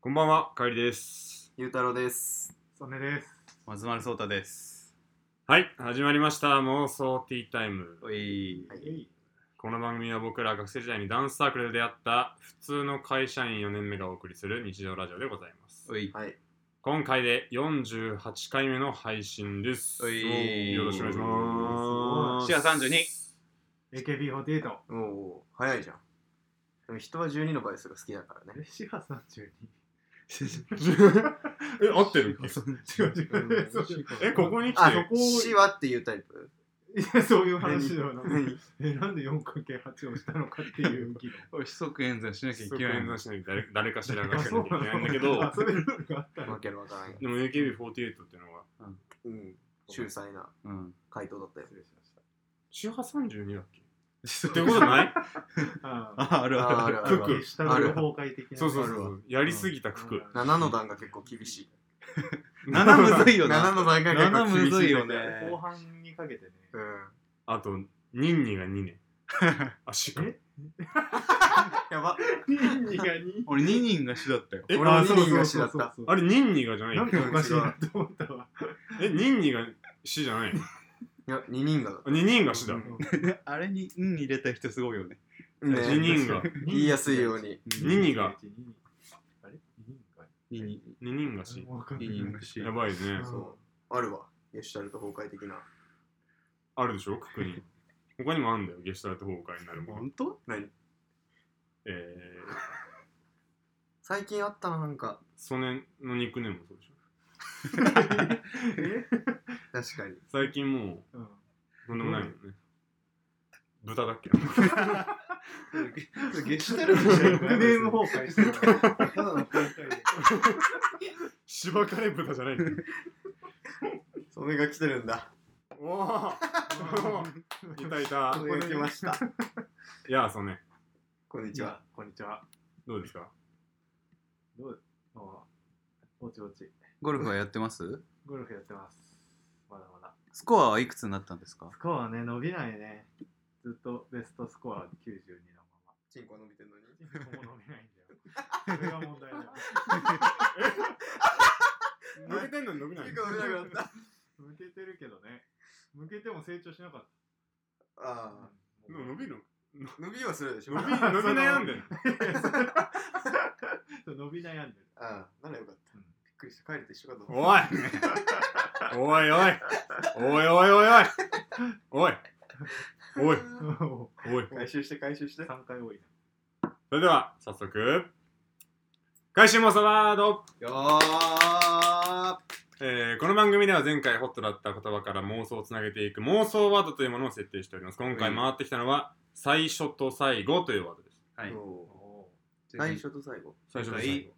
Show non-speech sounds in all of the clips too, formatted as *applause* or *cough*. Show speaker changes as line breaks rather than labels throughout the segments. こんばんは、かえりです。
ゆうたろうです。
それです。
松丸聡太です。
はい、始まりました。妄想ティータイム。
おい
は
えい。
この番組は僕ら学生時代にダンスサークルで出会った普通の会社員4年目がお送りする日常ラジオでございます。
おい
はい。
今回で48回目の配信です。
おい
よろしくお願いします。
シア32
AKB48。
おおー、早いじゃん。でも人は12の倍数が好きだからね。
え、シハ32。
*laughs* え、合ってるっけ
違う違う。そう
え、ここに来
あ、
て、
死はっていうタイプ
いやそういう話ではなく
何
え、なんで 4×8 をしたのかっていう議論。
おい、四則演算しなきゃい
即
けない
演
の
算。しない誰誰かしらが
あ、
しな
そう
きゃいけ
な
ないん
の
だけど
あ、、そういうルールがあった
わ
の。
けのわからんや。
でも AKB48 っていうのは、
うん。秀才な
うん。
回答だったよ。
失礼しました。
シ波32だっけ
そ
ってことない
あ
あ、あるあるあるある。
あ
あ、下の崩壊的な。
そうそうそ
ある
う。やりすぎた九九。
7の段が結構厳しい。
七むずいよ
7
な。
の段が結構厳しい。
七むずいよね
後半にかけてね。
うん。
あと、ニンニが2年。 *laughs* あ、しか。
え
やば。
2が2。
俺二人が主だったよ。
え
俺は2人が死だっ
そうそう
た。
そうそう
あれ、ニンニがじゃな
なん
い
かおかしいなと思ったわ。
え、ニンニが死じゃないの
いや、2人がだっ
あ二人が死だ。
う
ニ
ん
あれに、うん入れた人すごいよね。
た。ね
二人が、
言いやすいよう。に。
ニンニが、
あれ二人かい
二人、
ニ人が死。
わかんない
二人が主。
やばいね。
そう。あるわ。ゲシュタルト崩壊的な。
あるで *laughs* しょ、ククに。他にもあるんだよ、ゲシュタルト崩壊になるもん。
本当
何
えー、
最近あったな、なんか。
ソネのニックネームもそうでしょ。
え
確かに。
最近も
うん
う、とんでもないよね。豚だっけ
ゲシュタ
ニ
*laughs*
ルトじゃん。
ックネーム崩壊してる。ただの崩壊で。
*laughs* しばかれ豚じゃないんだよ。
それが来てるんだ。
*laughs* おぉ *laughs* いたいた。
ここに来ました。
いや、ソネ、
こんにちは。
こんにちは。
どうですか
どうああぼちぼち。
ゴルフはやってます
ゴルフやってます。まだまだ。
スコアはいくつになったんですか
スコアはね、伸びないね。ずっとベストスコア92のまま。
チンコは伸びてんのに。
一個も伸びないんだよ。それが問題だよ。
抜けてんのに伸びない
チンコ伸びなくなった。
向けてるけどね。向けても成長しなかっ
あ
た。
あ。
でも伸びるの
伸びはするでしょ。
伸び
あ
伸び悩んでる
そう伸び悩んでる。
あ、ならよかった。
うん
びっくりした。帰ると一緒かと思った。
おいおいおいおいおいおいおいおいおいおい
回収して回収して。
3回多いな。
それでは早速回収妄想ワード、
よー
えーこの番組では前回ホットだった言葉から妄想をつなげていく妄想ワードというものを設定しております今回回ってきたのは最初と最後というワードです
はい
おー
お
最初と最後。
最初と最後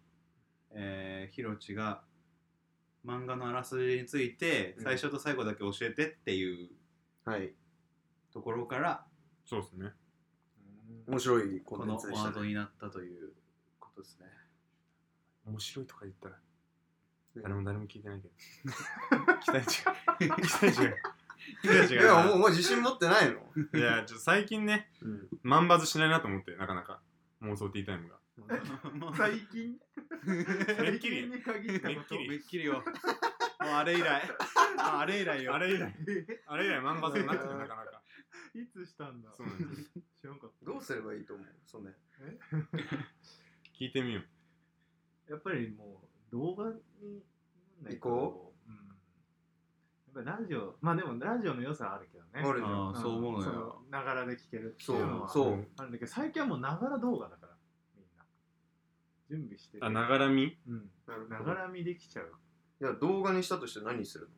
えー、ひろちが漫画のあらすじについて
うん
最初と最後だけ教えてっていう
はい。
ところから
そうですね
面白いコ
こ
ンテ
の
ン
ワ
ツでした
ード
ね。
になったということ *laughs* ですね。
面白いとか言ったら
うん
誰も誰も聞いてないけど *laughs* 期待値が期待 *laughs* 値が期待値
い
が
や、もう、もう自信持ってないの。
いや、ちょっと最近ね、
うん。
万バズしないなと思って、なかなか、妄想ティータイムが。
最近
*laughs*
めっきり
最近に限った
めっ
こ
き
と
り
めっきりよ。もうあれ以来。もうあれ以来よ。
あれ以来、あれ以来万バズにな *laughs* ってて、なかなか。
いつしたんだ
そうなんです。
知らんかった。
どうすればいいと思うそんな。
聞いてみよう。
やっぱりもう動画に
移行
う、うん、やっぱラジオまあでもラジオの良さはあるけどね
あるじゃん。
あ
ん
あ、そう思うの
そ
よ。
ながらで聴けるって
そ
いううのは、
そう。
あるんだけど最近はもうながら動画だからみんな準備してる
あ、ながらみ
うん
なるほど
ながら見できちゃう
いや、動画にしたとして何する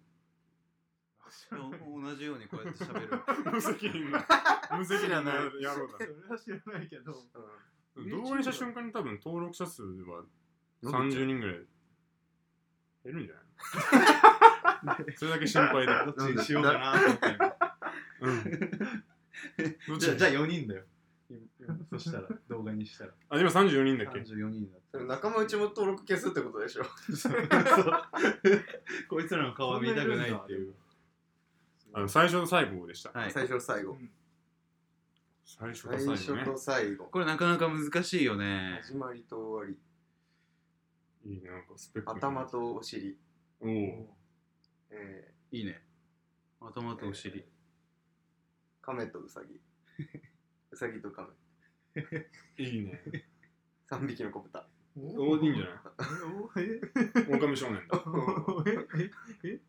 お同じようにこうやって喋る。
無責任 *laughs* な、無責任な野郎 *laughs*
そ
だ。
れは知らないけど
の
動画にした瞬間に多分登録者数は
伸びちゃ
30
う
人ぐらい減るんじゃ *laughs* ないのそれだけ心配だ
ど。っちにしようかなと思って。
うん。 *laughs* どっ
じゃあ
ち
じゃあ
だ
4人だ *laughs* よ。そしたら、動画にしたら。
あ、今34人だっけ
34人だっ
う
た
ん。。仲間内も登録消すってことでしょ。
*laughs* そうこいつらの顔は見たくないっていう。
あの最初と最後でした。
はい。
最初と最後。
うん
最初と
最
最後
初
ね。
と最後。
これなかなか難しいよね。
始まりと終わり。
いいね、なんかスペック。
頭。とお尻、
おお。
え
いいね。頭とお尻。
ー、亀とウサギ、 *laughs* ウサギと亀、
いいね。
3匹の子
*laughs*
豚。
おいいんじゃない
おえ
狼少年だ。
おえええ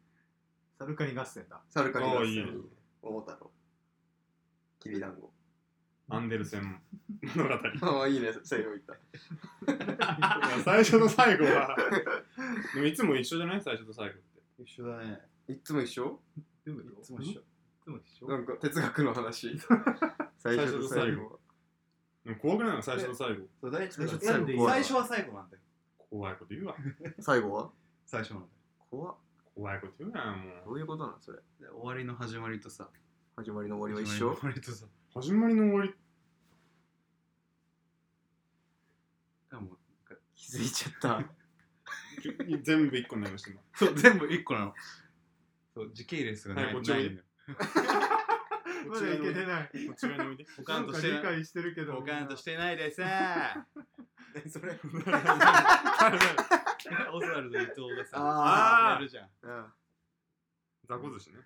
サルカニ合戦だ。
サルカニ合
ああいいね
戦、桃太郎、きびだんご。
アンデルセン物語。
ああ、いいね、最後いった。
最初と最後は。でもいつも一緒じゃない最初と最後って。
一緒だね。
いっつも一緒
でもい
いつも一緒
い。つも一緒
なんか哲学の *laughs* 話。最初と最後。
でも怖くないの最初と最後。
そう第一
最初
なん
最
で
後
最初は最後なんだよ。
怖いこと言うわ。
最後は
最初なんだよ
怖っ
怖いこと言うなよ、
ど
もう。
ういうことなんそれ。
で。終わりの始まりとさ。
始まりの終わりは一緒
始まりの終わりとさ。
始まりの終わり。
でも
気づいちゃった。
全部一個になりました、今。
そう、全部一個なの。そう、時系列がな
はい
い
こ
な
っ
い
ちを見て
んだよ。
まだいけてない。
こっち側においで。
ポカ
な
ン
ん
と
か
して
理
ない。
解してるけど。
ポカンとしてない *laughs* でさ。
それ。
オズワルド伊藤が
あ
さ、
ー
やるじゃん。
*laughs* うん
雑魚寿司ね。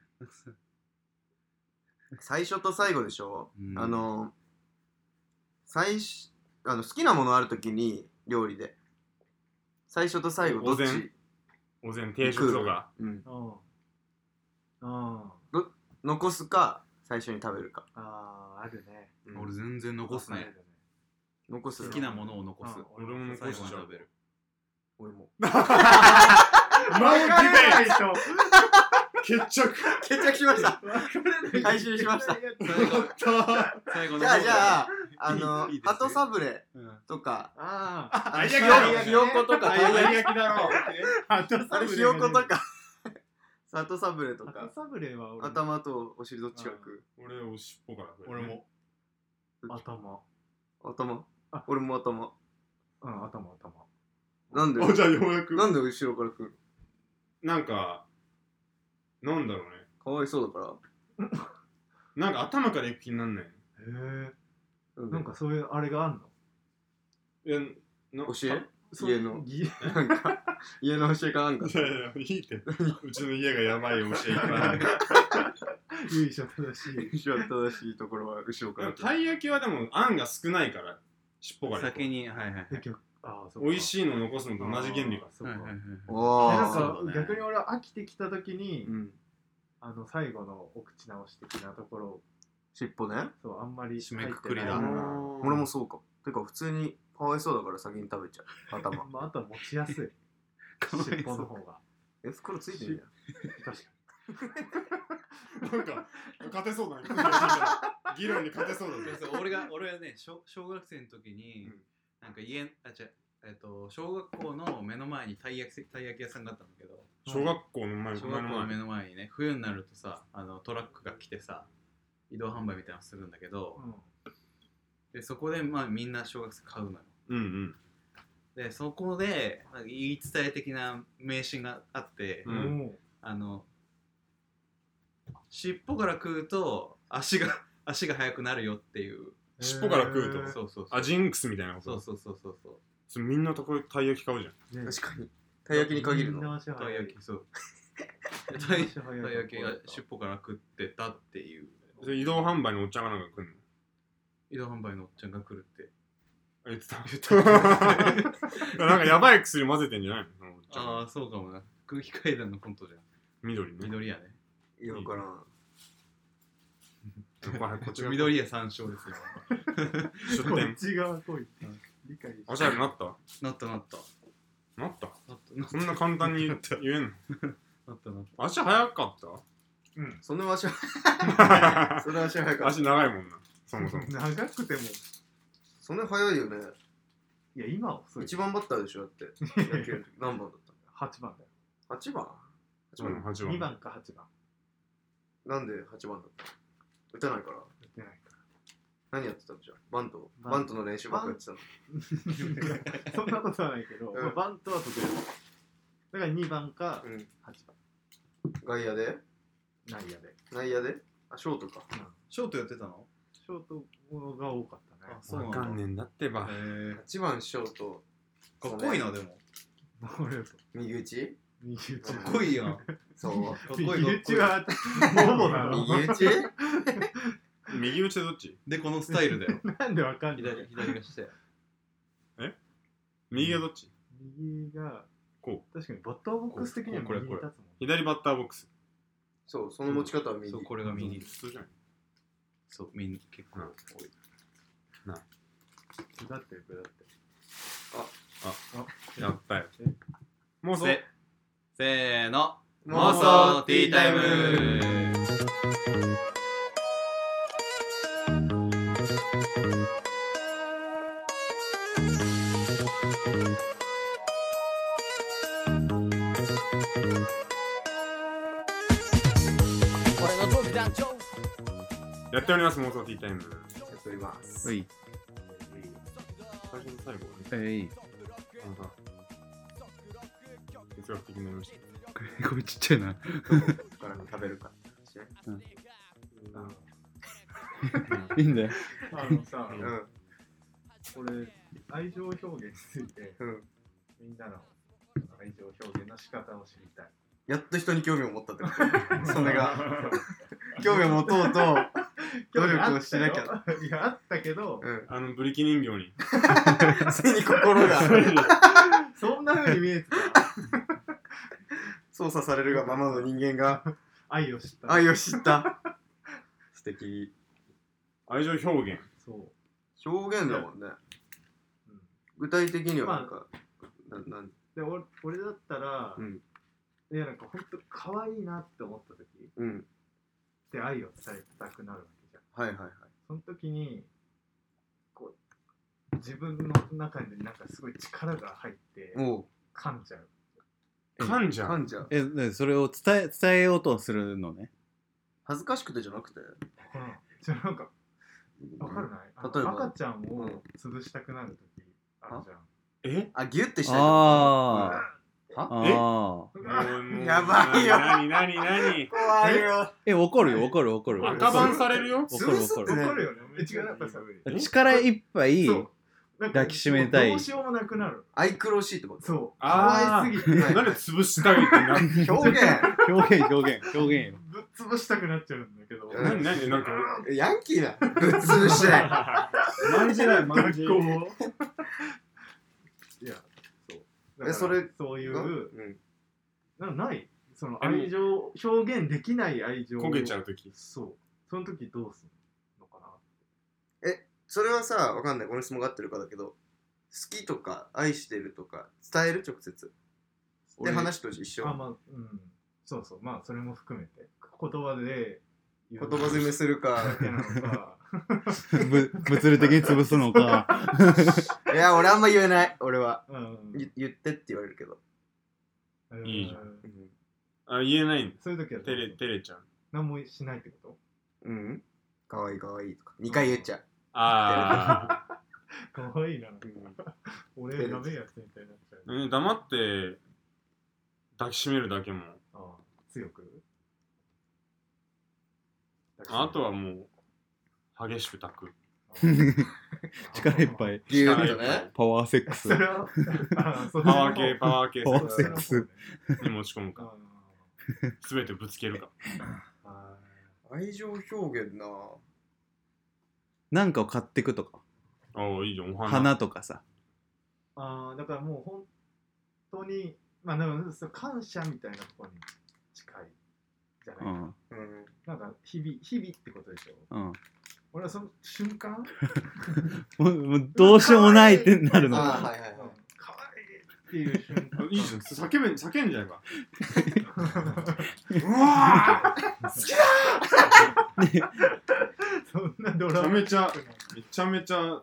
最初と最後でしょ、
うん
あの最初あの好きなものあるときに料理で最初と最後どっ
お膳
ち、
お膳定食とか。
うん、
うん。うん。
残すか最初に食べるか、
ああ、あるね。
うん
俺全然残す
分か
ね
れ。る
残す
好きなものを残す。
うん
俺も残
最
し
後に
ちゃ
食べ
う。
る。
俺も
マウン
分かれないと。
決着
決着しました回収しました
最後
た
最後の
じゃあじゃああの
いいいいですね
鳩サブレ
うん
とか
ああ。
あの
あ
ひ
い
よ
やいや
ひよことか
あいやいや
あ
焼きだろう。
あと
れひよこと。か *laughs* 鳩サブレと
あ
か
とサブレは俺。
頭とお尻どっちが食
俺、おしっぽから。
俺。も。
う
頭。
頭
あ
俺も頭
うん、頭、頭。
なんで
あ、じゃあようやく。
なんで後ろから食う
なんか、なんだろうね。
のかわいそうだから
なんか頭から行く気になんない。
へ
う
え。なんかそういうあれがあんの
いや、な
教え
そう
家の
ぎ
なんか家の教えかなんか
いやいや、いいって。うちの家がやばい教えいっぱいある。
由緒正しい。 *laughs*
後ろ正しいところは後ろか
で
ら
もたい焼きはでも、あんが少ないから、尻尾から行く。
先に、はいはいはい。
結局ああ、そうか。
美味しいのを残すのと同じ原理が。
そう
は
か
いはいはい
おー
でなん
そ
か
うだね
逆に俺は飽きてきた時に、
うん
あの最後のお口直し的なところ
尻尾ね
そうあんまり
締めくくりだ
入ってないから
俺もそうかてか普通にかわいそうだから先に食べちゃう
*laughs*
頭
まあ、あとは持ちやすい
かわいそう
尻尾の方が
え袋ついてるじゃん
確かに
なんか、勝てそうだね。議論に勝てそうだね。
そうそう俺が俺はね小小学生の時に、
うん
なんか家あ違うえっと小学校の目の前にたい焼きたい焼き屋さんがあったんだけど
小学校の前、
小学校の
前
目の前にね冬になるとさあのトラックが来てさ移動販売みたいなのするんだけど、でそこでまあみんな小学生買うのよ
うんうん。
でそこでなんか言い伝え的な迷信があって、
う
うんん、
あの尻尾から食うと足が *laughs* 足が速くなるよっていう
尻尾から食うと
へー
そうそうそう
あ、ジンクスみたいなこ
そう
と。
そうそうそうそう
それみんなとこたい焼き買うじゃん。
ね
確かにたい焼きに限る
みんな
の
足
たい
早い
焼きそう。たい
足早い
たい焼きが尻尾から食ってたっていう。
それ移動販売のおっちゃんがなんか来んの
移動販売のおっちゃんが来るって。
あ言ってた。 *laughs* なんかやばい薬混ぜてんじゃないのそのおっちゃんが
ああ、そうかもな。空気階段のコントじゃん。
緑ね。
緑屋ね。
いやわからん
こっちが
緑屋参照ですよ。 *laughs*
出
こ
店
っ。ち側来いって
うん
理解
おしゃれになった
なったなった。
なった
なったなっ
そんな簡単に言う言えんの
たなったなっ
足早かっ
その足は
*laughs* た
それ足早かった
足長いもんな。そ
*laughs*
もそも。
長くても
それ早いよね
いや今は遅い
一番バッターでしょだって野球の時何番だっ
8番だよ
た8番8
うん
番
八
2
番。
番か8番
なんで8番だった打てないから
打てない *laughs* か
何やってたのじゃあバント
バン
バントの練習ばっかやってたの
らそんなことはないけど、
うん
まあバントは得意だから2番か
うん
8番
外野で
内野で
内野であショートか
ショートやってたの
ショートが多かったね
あそうなんだ
ねんだってば
へえ。
8番ショート
かっこいいな、でも。
*laughs* ノーループ。
右打ち
右打ち。
かっ
こいいよ。
*laughs*
か
そう。
っこいいかっこいい
右打ちは、ほぼだろ。
右打ち
右打ちでどっち
で、このスタイルだよ。
なんでわかんない
左、左がして。
右はどっち
右が、
こ
確かにバッターボックス的には
これ
右に
これ
立つもんね。
左バッターボックス。
そう、その持ち方は右
そう、。これが右
普。通じゃない
そう、みんな結構多い。
下ってる、下ってる。
やったよ
え。
もうそ
せ、せーの。
妄
妄
想
想
ティー
ティー
タ
タ
イ
イ
ム
ム
やっております、妄想ティータイム。
やっております。
はい。
最初の最後はね、
えい。
なんか、哲学的になりました。
これちっちゃいな。
ここから食べるか。
いいんだよ。
あのさ
う、
うん。
これ、愛情表現について、
うん。
みんなの愛情表現の仕方を知りたい。
やっと人に興味を持ったってこと。それ *laughs*
*laughs*
が。興味を持とうと、努力をしなきゃ。
ゃ。いや、あったけど、
うん。
あの、ブリキ人形に。
ついに心が
そんな風に見えてた。
操作されるがままの人間が
愛を知った。
愛を知った。 *laughs* 素敵。
愛情表現。
そ
表現だもんね。
う。うん
具体的にはなんか、ななん
で俺俺だったら、
うん
いやなんか本当可愛いなって思った時っ
うん。
て愛を伝えたくなるわけじゃん
はいはいはい。
その時にこう自分の中になんかすごい力が入って
おう、
噛んじゃう
噛んじゃ
噛
うん
じゃう。
え、ねそれを伝え、伝えようとするのね。
恥ずかしくてじゃなくて。
このじゃあなんかわかるない、あの
例えば
赤ちゃん
う
を
ん
潰したくなる時あるじゃん
え
あ、ギュッてしたい
ああ。
は
ああ。
も
う
うもう
やばいよ
なになにな
*laughs*
に
怖いよ。
え、怒るよ、怒る、怒る。
なに
怒
赤番されるよ
る、怒
潰すって
る。
わかるよねえ違うなんかさ
え
力いっぱい、
そうなんか
抱きしめたい
どうしようもなくなる
愛くるしいってこと
そう可
あ
愛
ー *laughs*
すぎて
なんで潰したいってな *laughs* っ
表 *laughs* 現
表現、表現、表現よ。
ぶっ潰したくなっちゃうんだけど
うん
なになになんか
ヤンキーだ。ぶっ潰してない。
マンジだよマンジ
学校をいやそうだから
えそれ。
そういううんなないその
えもう
愛情表現できない愛情を
焦げちゃう時
そうその時どうすんのかな
それはさ、わかんない。この質問が合ってるかだけど、好きとか愛してるとか伝える直接。で、
俺
話と一緒。
あまあうんそうそうまあそれも含めて言葉で言
言葉詰めする
だ
か。
けなのか
ぶ、物理的に潰すのか。
いや、俺あんま言えない。俺は。
うん
ゆ言ってって言われるけど。
うん
いいじゃ
ん
あ言えないん
そういう時はど
照
うすんの
れ照れちゃう
何もしないってこ
うん。かわいいかわいいとか。2回言っちゃう。
あ
とかわいいななんか
うん
俺やべえやつみたいになっちゃう
*laughs* あ、ね、黙って抱きしめるだけも
ああ強く
あとはもう激しく抱く
*laughs* 力いっ
い。
ぱい。
ギュ
力
ー
いっ
ッと
ぱ
ね
い。
パワーセックス
そ。れは、あそ
パワー *laughs* 系パワー系
パワーセ
セ
ックス。
ックに持ち込む
あ
か全てぶつけるか
あ
愛情表現な
なんかを買ってくとか。
ああいいじゃんお花
花とかさ。
ああ、だからもう本当に、まあ、なんかそう感謝みたいなところに近いじゃ
う
ない、
ん。
うん。
なんか日々、日々ってことでしょ。
うん。
俺はその瞬間、
もうもうどうしようもないってなるの。
ああ、はいはいはい。
可愛いっていう瞬
あ
間。
いいじゃん叫べん叫んじゃえば
うわ
*laughs* そんなド
め
ラ
ちゃ
マ
めちゃめちゃめちゃ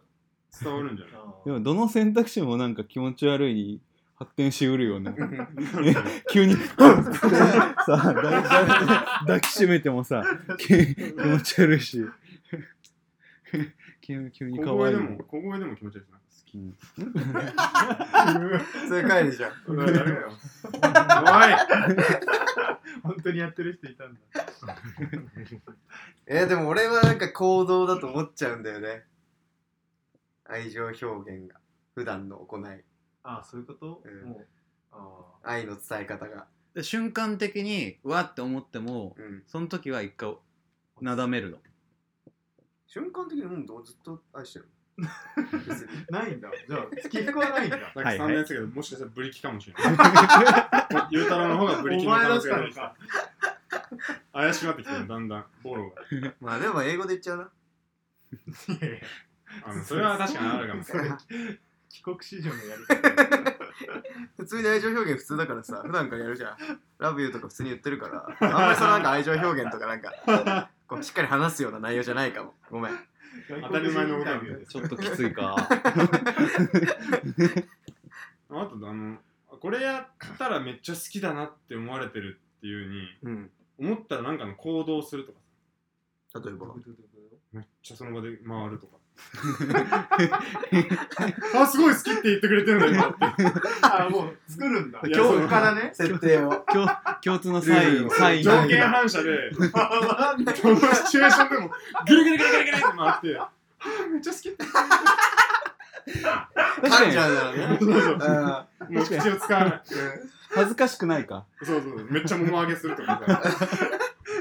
伝わるんじゃない
で
*laughs* あ
もどの選択肢もなんか気持ち悪いに発展しうるよね。
ー
*laughs* 急に、うんってさあだだ抱きしめてもさ、気気持ち悪いし。 *laughs* 急に急に可
小声
愛い
で
の。
も小声でも気持ち悪いな
うん
そういう回でじゃん。
うわ誰だよお *laughs* い
本当にやってる人い
*laughs*
たんだ。
*laughs* えー、でも俺はなんか行動だと思っちゃうんだよね。愛情表現が。普段の行い。
ああ、そういうこと、
うん
もう、あ
愛の伝え方が。
で瞬間的にうわって思っても
うん。
その時は一回なだめ *laughs* るの
瞬間的にもうどうずっと愛してる。別に
ーないんだ。じゃあ、起伏はないんだ。
さっき
はい
3
はい
年やつだけど、もしかしたらブリキかもしれない。ゆうたろうの方がブリキの可能性が出てきた。怪しくなってきてる、だんだん、心が。
まあでも英語で言っちゃうな。
あのそれは確かにあるかも。
帰国子女のやり方。
普通に愛情表現普通だからさ、普段からやるじゃん。ラブユーとか普通に言ってるから、あんまりそのなんか愛情表現とかなんか、こうしっかり話すような内容じゃないかも。ごめん。
当たり前のことなん
で
で。
ちょっときついか
あと、あの、これやったらめっちゃ好きだなって思われてるっていうに、
うん。
思ったらなんかの行動するとか、
例えば。
めっちゃその場で回るとか。あ、すごい好きって言ってくれてるんだ今って。
あ、もう作るんだ。
いや
今日からね。
設定を。
*laughs*
共共通のサインサイン
条件反射で、どのシチュエーションでも、ギリギリギリギリギリって回って、あめっちゃ好きって。
確か
噛ん
に
じゃうだろうね。
そうそう
あ
もう口を使わない。
恥ずかしくないか
そうそうそう。めっちゃ桃上げするとかさ。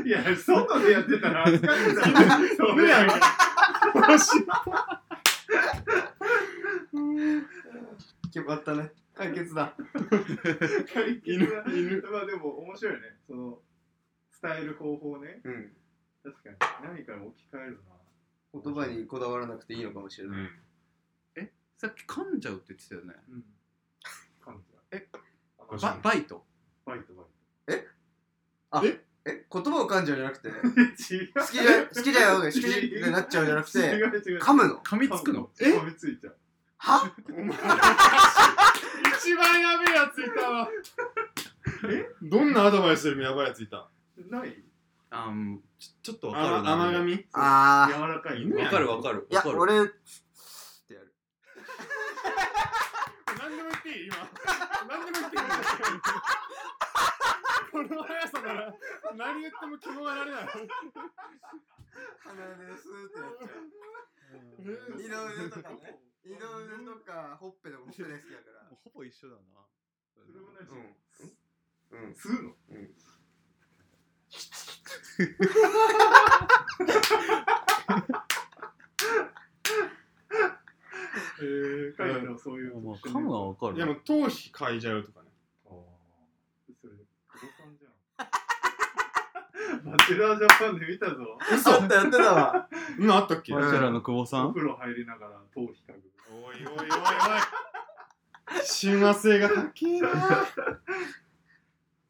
いや、外でやってたら恥ずかしいじゃん。そ
ダ
れ
メ
や
やん。 *laughs* 楽しい。
ー決まったね。解決だ。
解
犬
決がまあでも面白いね。その、伝える方法ね。
うん。
確かに。何から置き換えるな。
言葉。にこだわらなくていいのかもしれない。
さっき噛んじゃうって言ってたよね
うん。感じだ。
え
あ
ババイト
バイトバイ
え言葉を噛んじゃうんじゃなくて、
ト。違う。
好きだ好きだよ、好きってなっちゃうんじゃなく
違
て、
う違う。
噛むの。
噛みつくの
え噛みついちゃう。
は
一番やべえやついたわ。えどんなアドバイスでもやばいやついた。
ない
あんちょちょっとわかる
あ
な
甘髪
あ
柔らかい。
犬
わかるわかる
ー。いや
わ、かる
俺、
何でも言っていい今。何でも言っていい。この速さなら何言っても希望がなれない。
鼻でスーってなっちゃう。
うん
井上とかね。井上とか、ほっぺでもほっぺ大好きだから。
ほぼ一緒だな
それもないし
うん。うん。
吸うのえー、彼らはそういう
まあ
特殊
噛む
な
はわかる
いやもう頭皮嗅いじゃうとかね。
ああ。それ、久保さんじゃん。バチェラージャパンで見たぞ。
嘘 *laughs* やったやってたわ。
今あったっけおい
バチェラーの久保さ
お
ん
風呂入りながら頭皮かぐ。
おいおいおい。親和性が高い *laughs* な。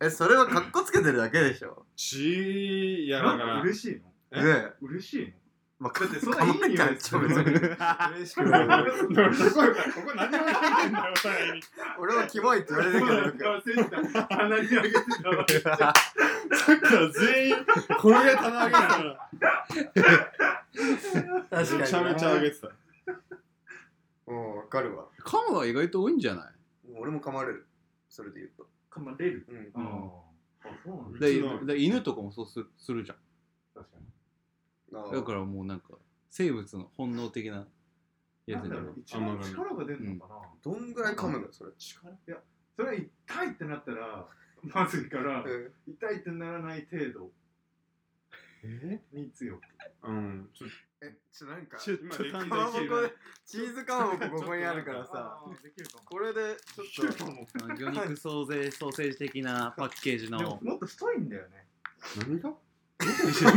え、それはカッコつけてるだけでしょ。
ちいやだ
なん
か。
か
*laughs*
ら嬉しいの
ね
え
え。
嬉しい
まあ、
だってそんな
かま
いい匂い
っちゃうちょ別に嬉しく
だ
ない。
からここここ何でも言ってんだよお互いに。
*laughs* 俺はキモいって言われ
の
てるけどよ
なんか忘れてた。鼻に上げてたわ。
さっきから全員これが棚上げだから。
く。確かに。
めちゃめちゃ上げてた。
うん、わかるわ。
噛むは意外と多いんじゃない
俺も噛まれる。それで言うと。
噛まれる。
うん。
ああ。あ、そうなんだ。
で
うちの
で犬とかもそうすするじゃん
確か
あ
だからもうなんか生物の本能的な
に。
や
なん
つ
だ
だ
ろ
よ
う、一番力が出るのかな。
どんぐらい噛むのそれ。
力いや、それは痛いってなったら、まずいから、痛いってならない程度
え？
に強く。
うん。ちょっ
え、ちょ、なんか、
と今でき
か
る
まぼこ
でき
で
る。、
チーズかまぼこここにあるからさ、
ああ、できるかも。
これで、ちょっと、
あ魚肉ソーセージソーセージ的 *laughs* なパッケージ
でも
の
もっと太いんだよね。
何が？
今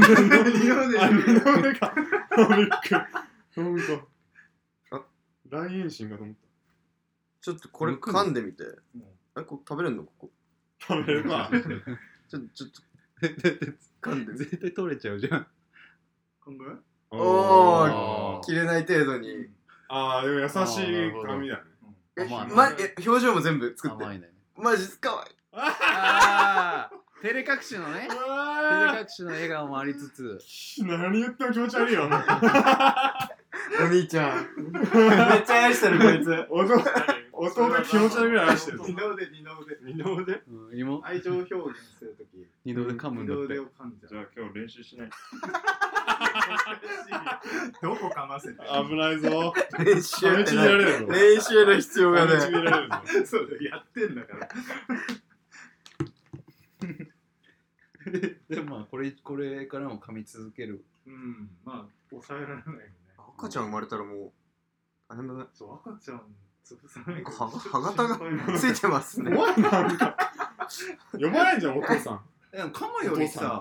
で
あ、二度目か。なんか、なんか。あ、来園神かと思っ
ちょっとこれ噛んでみて。え、これ食べれんのここ。
た。食べるか。
ちょっと、ちょっと、噛んでみて。
絶対取れちゃうじゃん
考え
おー
어.
あ
切れない程度に。
あー、でも優しい髪だね。
え、
甘い
ま、え、表情も全部作って。
甘いね
マジっすかわいい。
ああ照れ隠しのね
う
照れ
わ
隠しの笑顔もありつつ
ー何言っても気持ち悪いよ。
お兄ちゃん。めっちゃ愛してる、こいつ。
音音が気持ち悪いぐらい愛してる。
二の腕、二の腕。二の腕
うん芋
愛情表現するとき、
二度で噛む
二
んだ
の
っ
腕
て
を噛んじゃう。
じゃあ今日練習しない
*laughs* どこかませて。
危ないぞ。
練習
羽
って
ちび
な
ら
い
れるぞ。
練習の必要が
羽ち
ね
びられるぞ。
そうだよやってんだから。
でもまあこれこれからも噛み続ける
うん、まあ、抑えられないよね。
赤ちゃん生まれたらもう大変だね
そう、赤ちゃん潰さない
歯が歯型がついてますね
怖いな、な
*laughs*
んか。呼ばないじゃん、お父さん。
でも噛むよりさ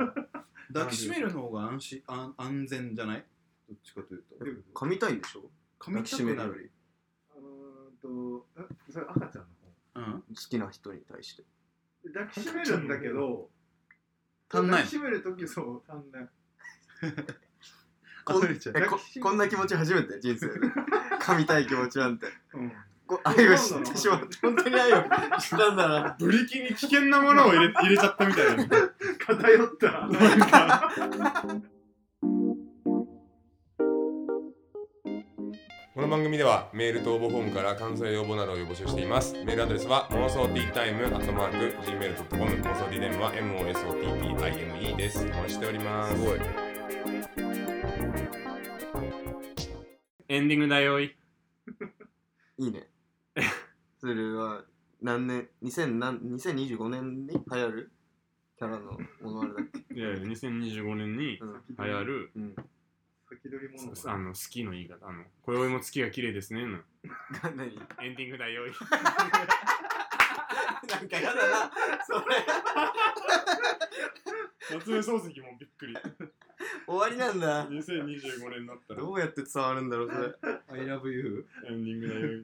抱きしめるの方が安心安安全じゃないどっちかというと
噛みたいんでしょ
噛み
抱
たくな
きしめるよ
る
うーんと、えそれ赤ちゃんの方。
うん
好きな人に対して
抱きしめるんだけど、
足んない
抱きしめるときそう、足んない。
こん
溢れちゃう
えここんな気持ち初めて *laughs* 人生で噛みたい気持ちなんて
うん。
こ愛を知ってしまって本当に愛を知ったんだな
ブリキに危険なものを入れ入れちゃったみたいな。
*laughs* 偏った。
この番組ではメールと応募フォームから感想や要望などを募集していますメールアドレスは妄想 T タイムアットマーク Gmail.com 妄想 T タイムは MOSOTTIME ですお待ちしております
すごい
エンディングだよい。
いいねそれは何年2000何2025年に流行るキャラのものあれだっけ
いやいや、2025年に
うん
流行る、
うん
先取りもの
すあの、好きの言い方。あの、今宵も月が綺麗ですね。の
が何なん
エンディングだ *laughs* よい。
かやだなそれ
夏目漱石もびっくり。
終わりなんだ
2025年になったら
どうやって伝わるんだろうそれ
I love you
エンディングだよい。
エ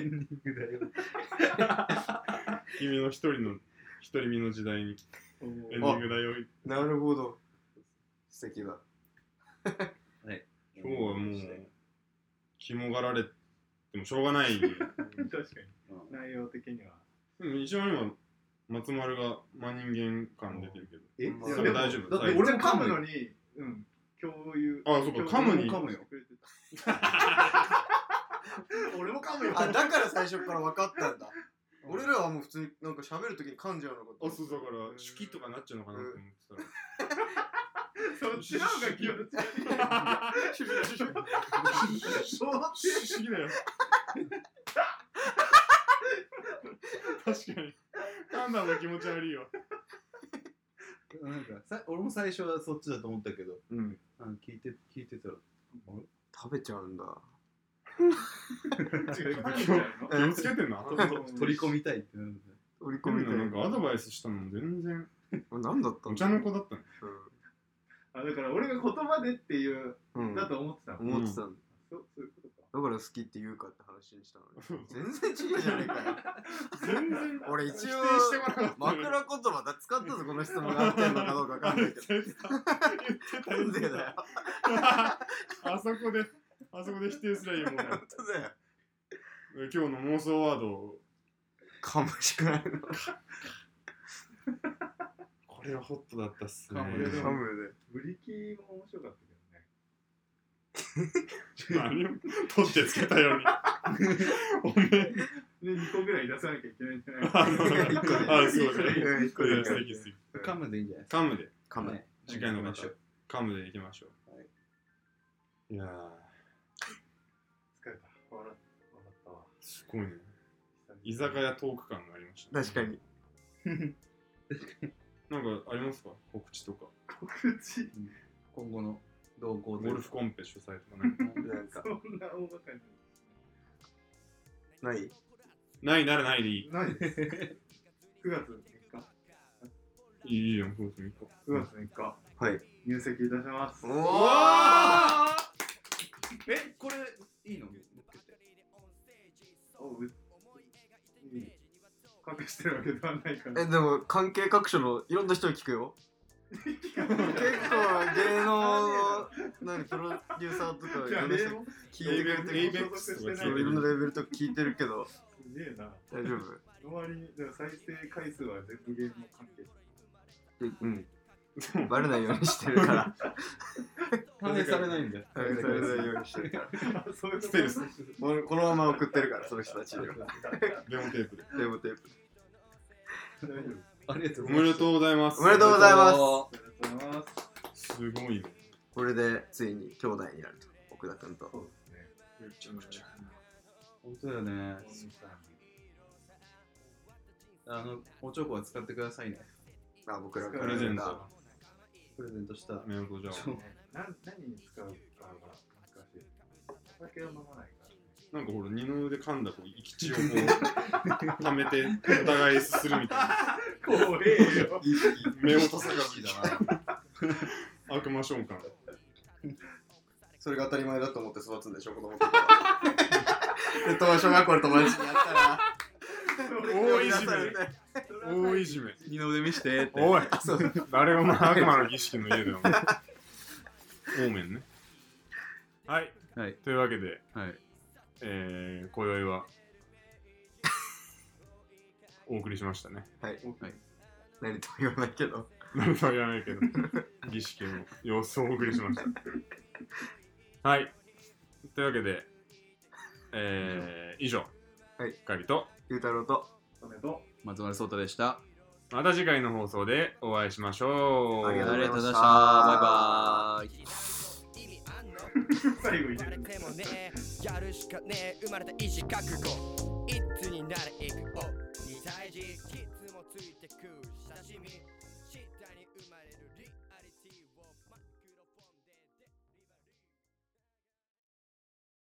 ンディングだよ
君の一人の、一人身の時代にエンディングだよい。
なるほど素敵だ
今日はもう、肝がられてもしょうがない。
確か
うん
に、内容的には。
うん一応今、松丸が真人間感出てるけど。
え
まあ
それ大丈夫
だって俺も噛
噛
む
む
の
の
に
に、うん、共有。
あそうか噛むに
噛むよ。
俺も噛むよ。
あだから最初から分かったんだ俺らはもう普通になんか喋るときに噛んじゃうのかと
あ、
思っ
そ
た
うだから、手記とかなっちゃうのかなって思ってたら。
そっちの方が気持ち
不思議だよ。確かに。カンダの気持ち悪いよ。
なんかさ俺も最初はそっちだと思ったけど
うん
あの聞いて聞いてたら
食べちゃうんだ
悪い。違う噛んじゃうの
気をつけてんな。
うん
取り込みたいってなるんだよ
折り込
今
み
度なん
たい
かアドバイスしたのも全然
な何だった
お
ん
茶
だ
の子だったね。
あだから俺が言葉でっていう、
うん、うん
だと思ってたの。
思ってたんだ
そうそういうことか。
だから好きって言うかって話にしたのに全然違うじゃねえかよ
全然
俺一応
否定してこなかったのに。
枕言葉だ使ったぞこの質問が合ってんのかどうか分かんないけど
言
な
っ
ん
て
で
た
だ
よ
よ。
あそこで、あそこで否定すりゃいいもんね。
本当だよ
今日の妄想ワードを
かもしくないの
これはホットだったっすね。
噛むね
噛む
ブリキも面白かったけどね。
何を取ってつけたように。おめえ。
で、2個ぐらい出さなきゃいけないんじゃない
*laughs* あのあ、すごい。
でうん一
こ
個
れは
で
素敵素敵。
噛むでいいんじゃない
カムで、
噛む
ね
次回の
行き
方
ましょう、
カムでいきましょう。、
はい
やー、
疲れた。笑った。笑ったわ。
すごいね。
久々
居酒屋トーク感がありました、
確かに
なんかありますか告知とか。
告知。
今後の動向
ゴ
という
ル
か
フコンペ主催とかね。
なんか
そんな大まかに。
ない
ないならないでいい。
な
*laughs*
いです。9月3日。
いいよ、そうですね。
9月3日。
はい
入籍いたします。
お
お
えこれいいの
おううん隠してるわけではないから
え。でも関係各所のいろんな人に聞くよ結構芸能なんかプロデューサーとかい
じゃあ、
ろんな
レ
人
ーモン
聞いてくれて
エイ
る
ベックスとか
そういろんなレベルとか聞いてるけど
すげえな。
大丈夫
周りに、だから再生回数は全部ゲームの関係。
でうんバレないようにしてるから
反映されないんだよ
バレないようにしてるから
あそういう
ス
こ
テ
と
ルス、
俺このまま送ってるからその人たちには
デモテープで。
デモテープ
大丈夫。あり
ありがとう
お
ござい
め
ま
ですとうございます。
おめでとうございます
がとうございます。
すごいね。
これでついに兄弟になると奥田君と
そうですね。めちゃくちゃ。
本当だよね。あの、おちょこは使ってくださいね。
あ僕らか
プ
ら
レゼン
が
ト。
プレゼントした。
メントじゃ
そう
な何に使うかが難しい。お酒を飲まないからね。
あ。なんかほら、二の腕噛んだこう、生き血をこ *laughs* う、溜めて、お互いするみたいな。
怖えよ。
目を閉さ
好きだな。
な悪魔召喚。
それが当たり前だと思って育つんでしょ子供の時は *laughs* で友達小学校の友達にやったら
大いじめ。大いじめ。
二の腕見してって。
おい
そう
誰も悪魔の儀式の家だよ。オーメンね。はい。
はい。
というわけで、
はい。
えー、今宵は、お送りしましたね。 *laughs*
何とも言わないけど
何とは言わないけど、儀式の様子をお送りしました。はい。というわけで、えー、以上、
はい
かりと、
ゆうたろうと
それと。
松丸聡太でした。
また次回の放送でお会いしましょう。
ありがとうございました
イバイ。
最後入れ
生ま
る
れ。てもねえやるしかねえ生まれた意志覚悟いつになれいくお二大事いつもついてくるし